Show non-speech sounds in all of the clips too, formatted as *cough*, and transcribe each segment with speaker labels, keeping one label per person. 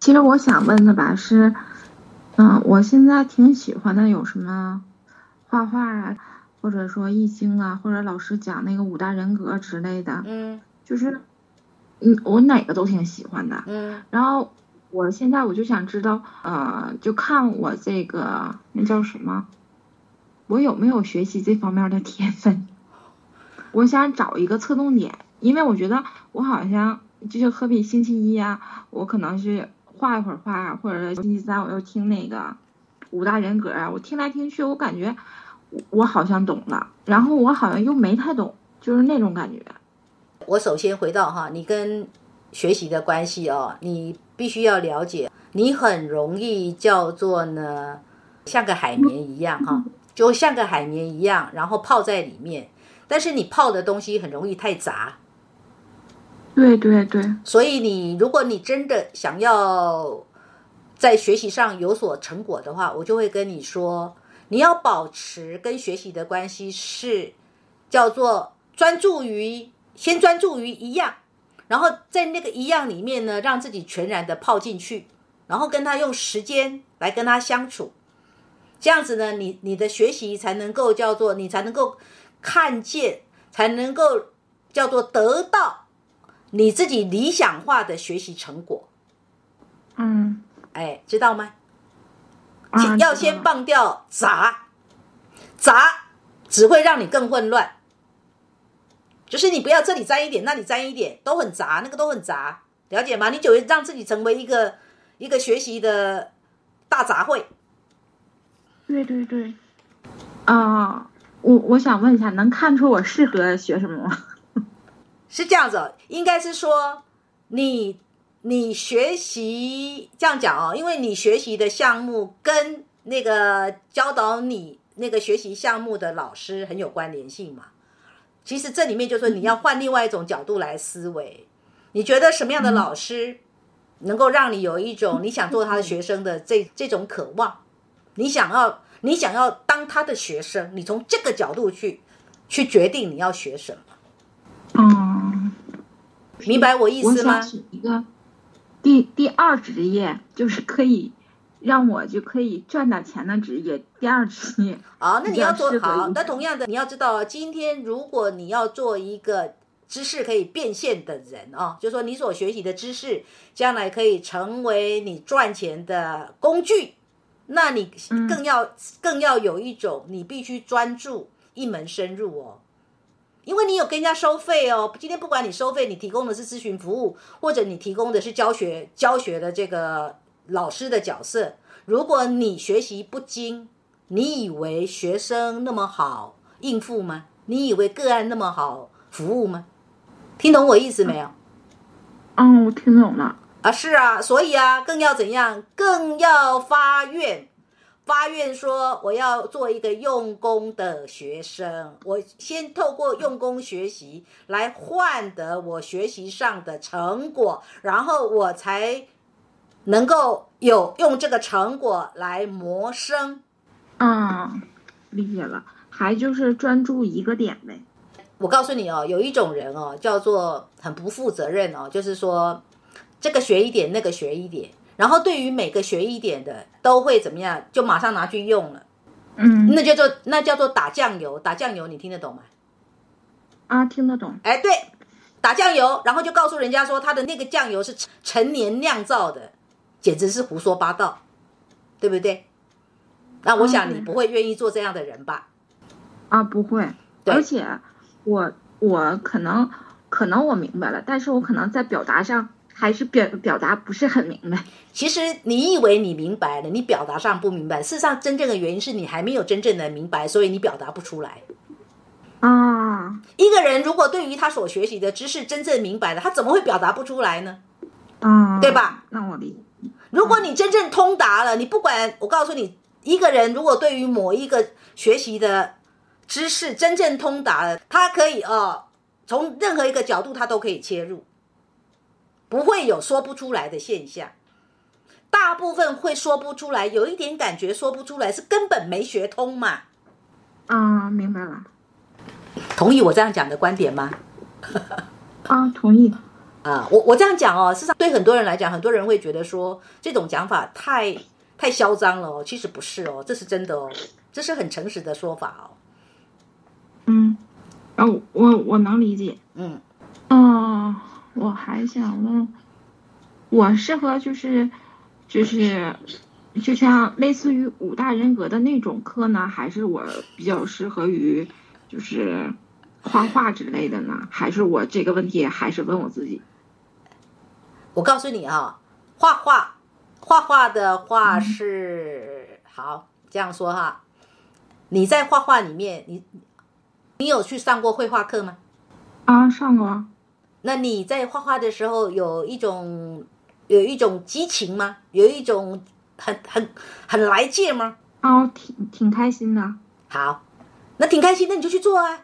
Speaker 1: 其实我想问的吧是，嗯，我现在挺喜欢的，有什么画画啊，或者说易经啊，或者老师讲那个五大人格之类的，
Speaker 2: 嗯
Speaker 1: 就是，嗯，我哪个都挺喜欢的。
Speaker 2: 嗯
Speaker 1: 然后我现在我就想知道，呃，就看我这个那叫什么，我有没有学习这方面的天分？我想找一个侧重点，因为我觉得我好像就是科比星期一啊，我可能是画一会儿画啊，或者是星期三我又听那个五大人格啊，我听来听去，我感觉我我好像懂了，然后我好像又没太懂，就是那种感觉。
Speaker 2: 我首先回到哈，你跟学习的关系哦，你必须要了解，你很容易叫做呢，像个海绵一样哈，就像个海绵一样，然后泡在里面，但是你泡的东西很容易太杂，
Speaker 1: 对对对，
Speaker 2: 所以你如果你真的想要在学习上有所成果的话，我就会跟你说，你要保持跟学习的关系是叫做专注于先专注于一样，然后在那个一样里面呢，让自己全然的泡进去，然后跟他用时间来跟他相处，这样子呢，你你的学习才能够叫做你才能够看见，才能够叫做得到你自己理想化的学习成果，
Speaker 1: 嗯，
Speaker 2: 哎，知道吗？
Speaker 1: 啊
Speaker 2: 要
Speaker 1: 知道
Speaker 2: 先
Speaker 1: 了
Speaker 2: 放掉杂，杂只会让你更混乱。就是你不要这里沾一点，那里沾一点，都很杂，那个都很杂，了解吗？你就会让自己成为一个一个学习的大杂烩。
Speaker 1: 对对对，啊、我我想问一下，能看出我适合学什么吗？
Speaker 2: 是这样子哦，应该是说你你学习这样讲哦，因为你学习的项目跟那个教导你那个学习项目的老师很有关联性嘛。其实这里面就是说你要换另外一种角度来思维，你觉得什么样的老师能够让你有一种你想做他的学生的这这种渴望？你想要你想要当他的学生，你从这个角度去去决定你要学什么，
Speaker 1: 嗯，
Speaker 2: 明白我意
Speaker 1: 我
Speaker 2: 思吗？
Speaker 1: 想选一个第第二职业，就是可以让我就可以赚点钱的职业。第二职业，
Speaker 2: 好，那
Speaker 1: 比
Speaker 2: 你
Speaker 1: 较
Speaker 2: 要做
Speaker 1: 适合
Speaker 2: 好。
Speaker 1: 你
Speaker 2: 那同样的，你要知道，哦今天如果你要做一个知识可以变现的人哦，就说你所学习的知识，将来可以成为你赚钱的工具，那你
Speaker 1: 嗯
Speaker 2: 更要、更要有一种你必须专注一门深入哦。因为你有跟人家收费哦，今天不管你收费，你提供的是咨询服务，或者你提供的是教学教学的这个老师的角色，如果你学习不精，你以为学生那么好应付吗？你以为个案那么好服务吗？听懂我意思没有？
Speaker 1: 嗯，我听懂了。
Speaker 2: 啊，是啊，所以啊，更要怎样？更要发愿，发愿说我要做一个用功的学生，我先透过用功学习来换得我学习上的成果，然后我才能够有用这个成果来磨生。
Speaker 1: 嗯，理解了。还就是专注一个点呗。
Speaker 2: 我告诉你哦，有一种人哦，叫做很不负责任哦，就是说这个学一点，那个学一点，然后对于每个学一点的都会怎么样，就马上拿去用了，
Speaker 1: 嗯
Speaker 2: 那叫做那叫做打酱油，打酱油，你听得懂吗？
Speaker 1: 啊，听得懂。
Speaker 2: 哎，对，打酱油，然后就告诉人家说他的那个酱油是陈陈年酿造的，简直是胡说八道，对不对？那我想你
Speaker 1: 嗯
Speaker 2: 不会愿意做这样的人吧？
Speaker 1: 啊，不会。
Speaker 2: 对
Speaker 1: 而且我我可能可能我明白了，但是我可能在表达上还是表表达不是很明白。
Speaker 2: 其实你以为你明白了，你表达上不明白。事实上，真正的原因是你还没有真正的明白，所以你表达不出来。
Speaker 1: 啊
Speaker 2: 一个人如果对于他所学习的知识真正明白了，他怎么会表达不出来呢？
Speaker 1: 啊，
Speaker 2: 对吧？
Speaker 1: 那我理解。
Speaker 2: 如果你真正通达了，你不管我告诉你，一个人如果对于某一个学习的知识真正通达了，他可以哦，从任何一个角度他都可以切入，不会有说不出来的现象。大部分会说不出来，有一点感觉说不出来是根本没学通嘛。
Speaker 1: 啊，明白了。
Speaker 2: 同意我这样讲的观点吗？
Speaker 1: 啊，同意。
Speaker 2: 啊，我我这样讲哦，事实上对很多人来讲，很多人会觉得说这种讲法太太嚣张了哦，其实不是哦，这是真的哦，这是很诚实的说法哦。
Speaker 1: 嗯，啊，我我我能理解。
Speaker 2: 嗯
Speaker 1: 嗯，我还想问，我适合就是就是就像类似于五大人格的那种课呢，还是我比较适合于就是画画之类的呢？还是我这个问题还是问我自己？
Speaker 2: 我告诉你哈、画画，画画的话是、好这样说哈，你在画画里面，你你有去上过绘画课吗？
Speaker 1: 啊，上过
Speaker 2: 那你在画画的时候有一种有一种激情吗？有一种很很很来劲吗？
Speaker 1: 啊，挺挺开心的。
Speaker 2: 好，那挺开心的，你就去做啊。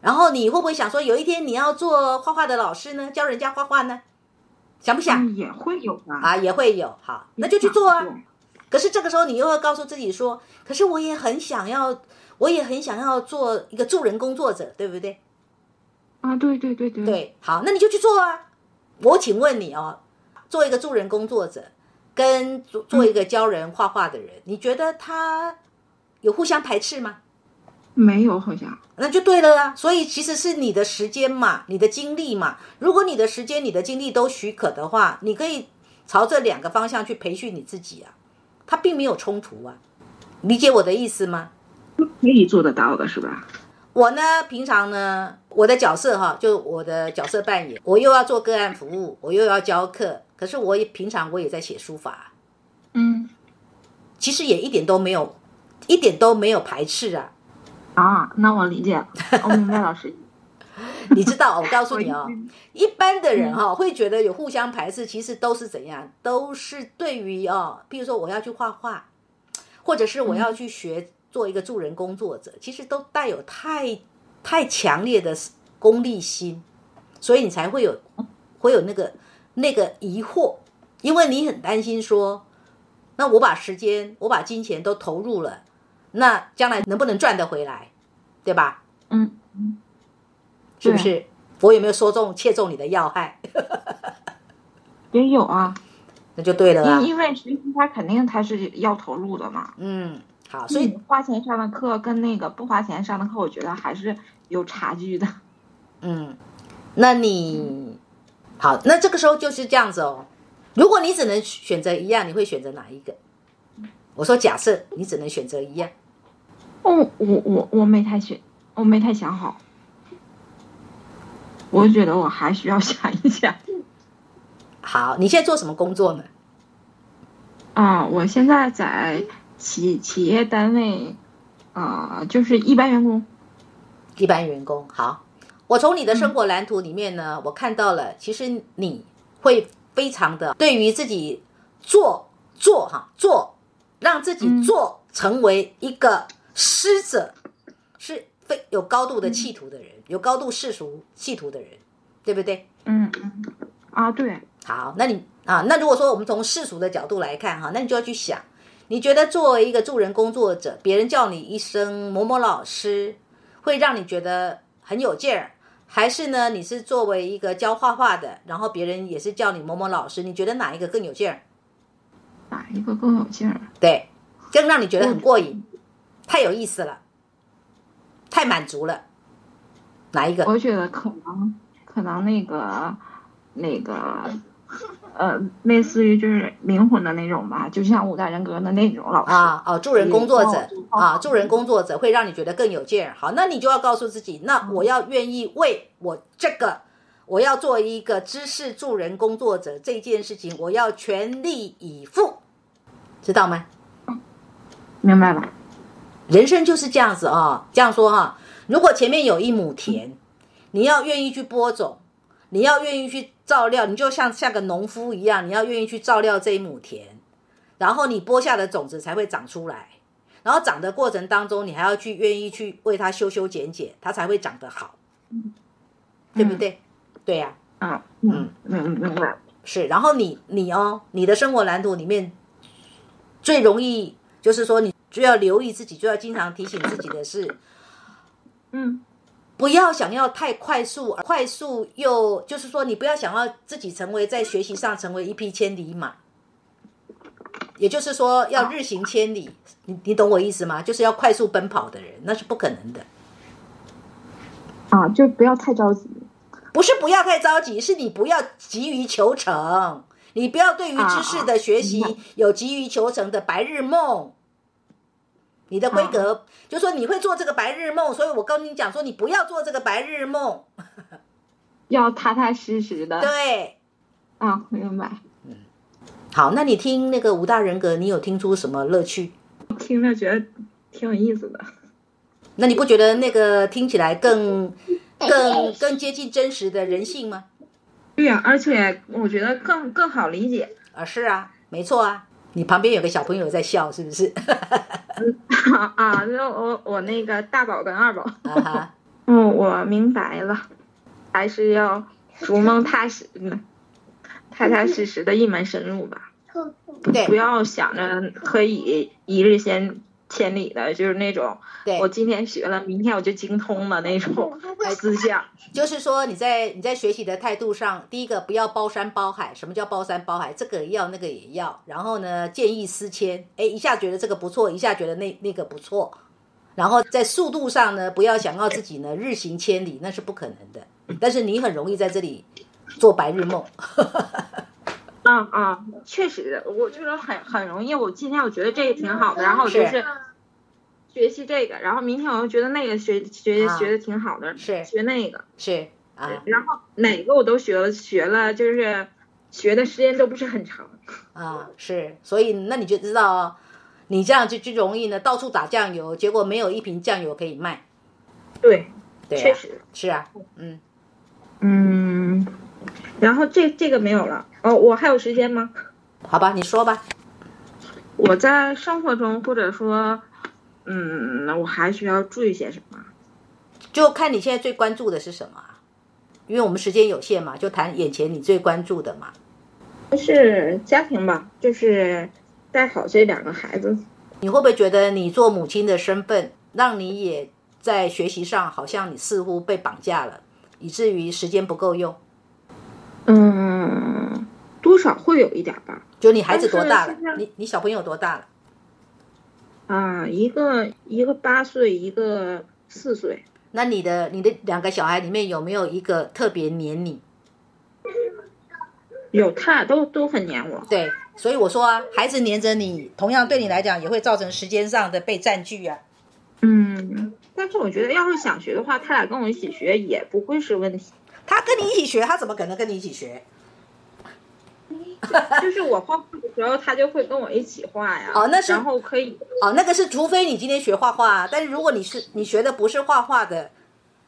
Speaker 2: 然后你会不会想说，有一天你要做画画的老师呢，教人家画画呢？想不想
Speaker 1: 嗯也会有的，
Speaker 2: 啊？也会有，好，那就去做啊。可是这个时候，你又要告诉自己说，可是我也很想要，我也很想要做一个助人工作者，对不对？
Speaker 1: 啊，对对对对，
Speaker 2: 对，好，那你就去做啊。我请问你哦，做一个助人工作者，跟做做一个教人画画的人，你觉得他有互相排斥吗？
Speaker 1: 没有好像，
Speaker 2: 那就对了啊。所以其实是你的时间嘛，你的精力嘛。如果你的时间、你的精力都许可的话，你可以朝这两个方向去培训你自己啊。它并没有冲突啊，理解我的意思吗？
Speaker 1: 可以做得到的是吧？
Speaker 2: 我呢，平常呢，我的角色哈，就我的角色扮演，我又要做个案服务，我又要教课，可是我也平常我也在写书法，
Speaker 1: 嗯
Speaker 2: 其实也一点都没有，一点都没有排斥啊。
Speaker 1: 啊，那我理解 *laughs* 了，我明白老师。
Speaker 2: 你知道，我告诉你哦，
Speaker 1: 我一直
Speaker 2: 一般的人哈、会觉得有互相排斥，其实都是怎样，都是对于哦，比如说我要去画画，或者是我要去学做一个助人工作者，其实都带有太太强烈的功利心，所以你才会有会有那个那个疑惑，因为你很担心说，那我把时间、我把金钱都投入了，那将来能不能赚得回来，对吧？
Speaker 1: 嗯，
Speaker 2: 是不是？我有没有说中切中你的要害？
Speaker 1: 也有啊，
Speaker 2: 那就对了啊
Speaker 1: 因
Speaker 2: 啦。
Speaker 1: 因为学习它肯定它是要投入的嘛，
Speaker 2: 嗯，好，
Speaker 1: 所
Speaker 2: 所
Speaker 1: 以
Speaker 2: 以
Speaker 1: 花钱上的课跟那个不花钱上的课，我觉得还是有差距的。
Speaker 2: 嗯，那你好，那这个时候就是这样子哦。如果你只能选择一样，你会选择哪一个？我说假设你只能选择一样，
Speaker 1: 哦，我我我没太选，我没太想好，我觉得我还需要想一想。 *laughs*
Speaker 2: 好，你现在做什么工作呢？
Speaker 1: 啊，我现在在企企业单位，啊、就是一般员工。
Speaker 2: 一般员工。好，我从你的生活蓝图里面呢，我看到了，其实你会非常的对于自己做做哈做，让自己
Speaker 1: 嗯
Speaker 2: 做成为一个师者，是非有高度的企图的人，有高度世俗企图的人，对不对？
Speaker 1: 嗯嗯，啊对，
Speaker 2: 好，那你啊，那如果说我们从世俗的角度来看哈，那你就要去想，你觉得作为一个助人工作者，别人叫你一声某某老师，会让你觉得很有劲儿，还是呢，你是作为一个教画画的，然后别人也是叫你某某老师，你觉得哪一个更有劲儿？
Speaker 1: 哪一个更有劲儿？
Speaker 2: 对，更让你觉得很过瘾，太有意思了，太满足了，哪一个？
Speaker 1: 我觉得可能可能那个那个呃，类似于就是灵魂的那种吧，就像五大人格的那种老师。
Speaker 2: 啊哦，助人工作者
Speaker 1: 对
Speaker 2: 啊，助人工作者会让你觉得更有劲儿。好，那你就要告诉自己，那我要愿意为我这个，我要做一个知识助人工作者这件事情，我要全力以赴，知道吗？
Speaker 1: 明白吧？
Speaker 2: 人生就是这样子啊、这样说哈、如果前面有一亩田，你要愿意去播种，你要愿意去照料，你就像像个农夫一样，你要愿意去照料这一亩田，然后你播下的种子才会长出来，然后长的过程当中，你还要去愿意去为它修修剪剪，它才会长得好，对不对？对呀、
Speaker 1: 啊，
Speaker 2: 嗯
Speaker 1: 嗯，明明白。
Speaker 2: 是，然后你你哦，你的生活蓝图里面最容易就是说，你就要留意自己，就要经常提醒自己的是，
Speaker 1: 嗯，
Speaker 2: 不要想要太快速，快速又就是说，你不要想要自己成为在学习上成为一匹千里马，也就是说要日行千里，你你懂我意思吗？就是要快速奔跑的人，那是不可能的。
Speaker 1: 啊，就不要太着急。
Speaker 2: 不是不要太着急，是你不要急于求成，你不要对于知识的学习有急于求成的白日梦。你的规格就说你会做这个白日梦，所以我跟你讲说，你不要做这个白日梦。
Speaker 1: 要踏踏实实的
Speaker 2: 对，
Speaker 1: 啊，明白。
Speaker 2: 好，那你听那个五大人格，你有听出什么乐趣？
Speaker 1: 听着觉得挺有意思的。
Speaker 2: 那你不觉得那个听起来更更更接近真实的人性吗？
Speaker 1: 对呀、而且我觉得更更好理解。 *laughs*
Speaker 2: 啊，是啊，没错啊。你旁边有个小朋友在笑，是不是？
Speaker 1: 啊，就我我那个大宝跟二宝，
Speaker 2: 啊哈，
Speaker 1: 嗯，我明白了，还是要逐梦踏实呢，踏踏实实的一门深入吧，
Speaker 2: 对
Speaker 1: 不要想着可以一日先千里的，就是那种
Speaker 2: 对，
Speaker 1: 我今天学了，明天我就精通了那种思想。
Speaker 2: 就是说你在你在学习的态度上，第一个不要包山包海。什么叫包山包海？这个要那个也要，然后呢，见异思迁。哎，一下觉得这个不错，一下觉得那那个不错，然后在速度上呢，不要想要自己呢日行千里，那是不可能的。但是你很容易在这里做白日梦。
Speaker 1: 啊啊，确实，我就是很很容易。我今天我觉得这个挺好的，然后我就是是学习这个，然后明天我又觉得那个学学
Speaker 2: 啊
Speaker 1: 学的挺好的，
Speaker 2: 是
Speaker 1: 学那个，
Speaker 2: 是啊
Speaker 1: 然后哪个我都学了，学了就是学的时间都不是很长。
Speaker 2: 啊是，所以那你就知道、哦，你这样就就容易呢到处打酱油，结果没有一瓶酱油可以卖。
Speaker 1: 对，
Speaker 2: 对、
Speaker 1: 确
Speaker 2: 啊，
Speaker 1: 实，
Speaker 2: 是啊，嗯。
Speaker 1: 嗯，然后这这个没有了。哦，我还有时间吗？
Speaker 2: 好吧，你说吧。
Speaker 1: 我在生活中或者说，嗯，我还需要注意些什么？
Speaker 2: 就看你现在最关注的是什么啊，因为我们时间有限嘛，就谈眼前你最关注的嘛。
Speaker 1: 就是家庭吧，就是带好这两个孩子。
Speaker 2: 你会不会觉得你做母亲的身份，让你也在学习上好像你似乎被绑架了，以至于时间不够用？
Speaker 1: 嗯，多少会有一点吧。
Speaker 2: 就你孩子多大了
Speaker 1: 但是现在？
Speaker 2: 你你小朋友多大了？
Speaker 1: 啊，一个一个八岁，一个四岁。
Speaker 2: 那你的你的两个小孩里面有没有一个特别黏你？
Speaker 1: 有他俩都都很黏我。
Speaker 2: 对，所以我说啊，孩子黏着你，同样对你来讲也会造成时间上的被占据啊。
Speaker 1: 嗯，但是我觉得要是想学的话，他俩跟我一起学也不会是问题。
Speaker 2: 他跟你一起学，他怎么可能跟你一起学？ *laughs*
Speaker 1: 就是我画画的时候，他就会跟我一起画呀。
Speaker 2: 哦那是
Speaker 1: 然后可以
Speaker 2: 哦，那个是除非你今天学画画、啊，但是如果你是你学的不是画画的，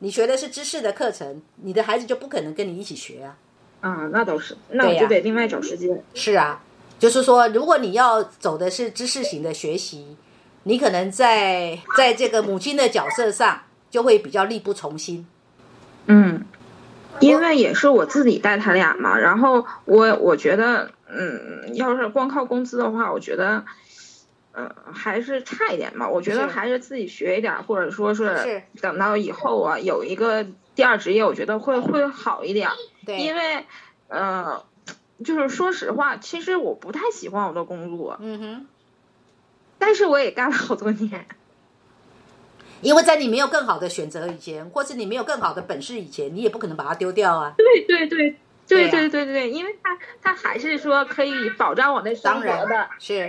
Speaker 2: 你学的是知识的课程，你的孩子就不可能跟你一起学啊。
Speaker 1: 啊，那倒是，那
Speaker 2: 对
Speaker 1: 我
Speaker 2: 呀
Speaker 1: 就得另外找时间。
Speaker 2: 是啊，就是说，如果你要走的是知识型的学习，你可能在在这个母亲的角色上就会比较力不从心。
Speaker 1: 嗯，因为也是我自己带他俩嘛，然后我我觉得，嗯，要是光靠工资的话，我觉得，呃，还是差一点吧。我觉得
Speaker 2: 是
Speaker 1: 还是自己学一点儿，或者说
Speaker 2: 是
Speaker 1: 是等到以后啊，有一个第二职业，我觉得会会好一点儿。因
Speaker 2: 对，
Speaker 1: 为，呃，就是说实话，其实我不太喜欢我的工作，
Speaker 2: 嗯哼，
Speaker 1: 但是我也干了好多年。
Speaker 2: 因为在你没有更好的选择以前，或是你没有更好的本事以前，你也不可能把它丢掉啊。
Speaker 1: 对对对。
Speaker 2: 对
Speaker 1: 对啊对
Speaker 2: 呀
Speaker 1: 对对，因为他他还是说可以保障我的生
Speaker 2: 当
Speaker 1: 活
Speaker 2: 然
Speaker 1: 的，
Speaker 2: 是，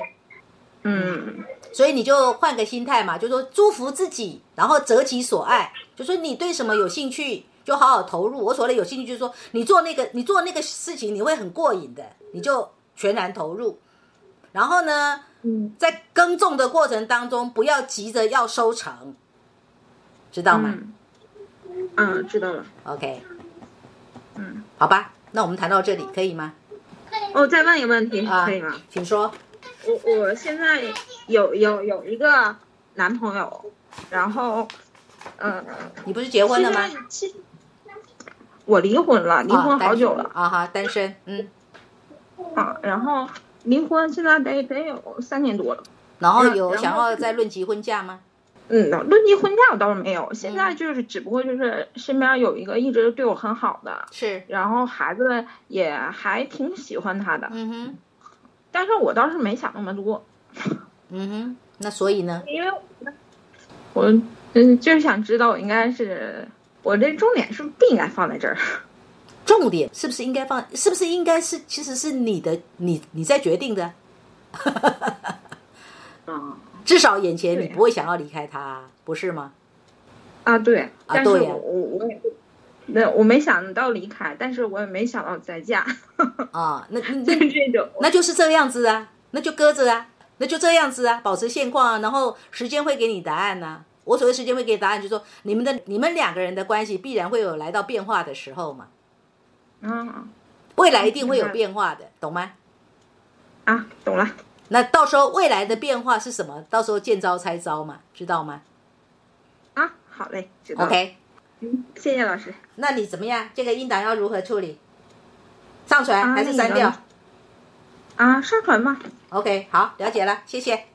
Speaker 1: 嗯，
Speaker 2: 所以你就换个心态嘛，就说祝福自己，然后择其所爱，就说你对什么有兴趣，就好好投入。我所谓有兴趣，就是说你做那个你做那个事情，你会很过瘾的，你就全然投入。然后呢，
Speaker 1: 嗯，
Speaker 2: 在耕种的过程当中，不要急着要收成，知道吗、
Speaker 1: 嗯？嗯，知道了。
Speaker 2: o k
Speaker 1: 嗯，
Speaker 2: 好吧，那我们谈到这里可以吗？
Speaker 1: 我哦再问一个问题，
Speaker 2: 啊
Speaker 1: 可以吗？
Speaker 2: 请说。
Speaker 1: 我我现在有有有一个男朋友，然后，嗯、
Speaker 2: 你不是结婚了吗
Speaker 1: 现？在？其实我离婚了，离婚好久了
Speaker 2: 啊哈，单身，嗯，
Speaker 1: 啊。然后离婚现在得得有三年多了。
Speaker 2: 然后
Speaker 1: 嗯
Speaker 2: 有
Speaker 1: 然后
Speaker 2: 想要再论及婚嫁吗？
Speaker 1: 嗯，论及婚嫁我倒是没有，现
Speaker 2: 嗯
Speaker 1: 在就是只不过就是身边有一个一直对我很好的，
Speaker 2: 是，
Speaker 1: 然后孩子也还挺喜欢他的，
Speaker 2: 嗯哼，
Speaker 1: 但是我倒是没想那么多，
Speaker 2: 嗯哼，那所以呢？
Speaker 1: 因为
Speaker 2: 嗯
Speaker 1: 我嗯就是想知道我应该是我这重点是不是不应该放在这儿？
Speaker 2: 重点是不是应该放？是不是应该是其实是你的你你在决定的？ *laughs*
Speaker 1: 嗯
Speaker 2: 至少眼前
Speaker 1: 对
Speaker 2: 你不会想要离开他，不是吗？
Speaker 1: *laughs* 啊对，但是我
Speaker 2: 对呀
Speaker 1: 我我也那我没想到离开，但是我也没想到再
Speaker 2: *laughs*
Speaker 1: 嫁，
Speaker 2: 啊，那
Speaker 1: 就
Speaker 2: 那
Speaker 1: 是这种。
Speaker 2: 那就是这样子啊，那就搁着啊，那就这样子啊，保持现况啊，然后时间会给你答案呢、啊我所谓时间会给你答案，就是说你们的你们两个人的关系必然会有来到变化的时候嘛，
Speaker 1: 啊
Speaker 2: 未来一定会有
Speaker 1: 嗯明白
Speaker 2: 变化的，懂吗？
Speaker 1: 啊，懂了。
Speaker 2: 那到时候未来的变化是什么？到时候见招拆招嘛，知道吗
Speaker 1: 啊，好嘞，知道了。
Speaker 2: ？OK，
Speaker 1: 嗯谢谢老师。
Speaker 2: 那你怎么样？这个音档要如何处理？上传
Speaker 1: 啊
Speaker 2: 还
Speaker 1: 那
Speaker 2: 是
Speaker 1: 你
Speaker 2: 删掉
Speaker 1: 呢啊，上传吧。
Speaker 2: ？OK，好，了解了，谢谢。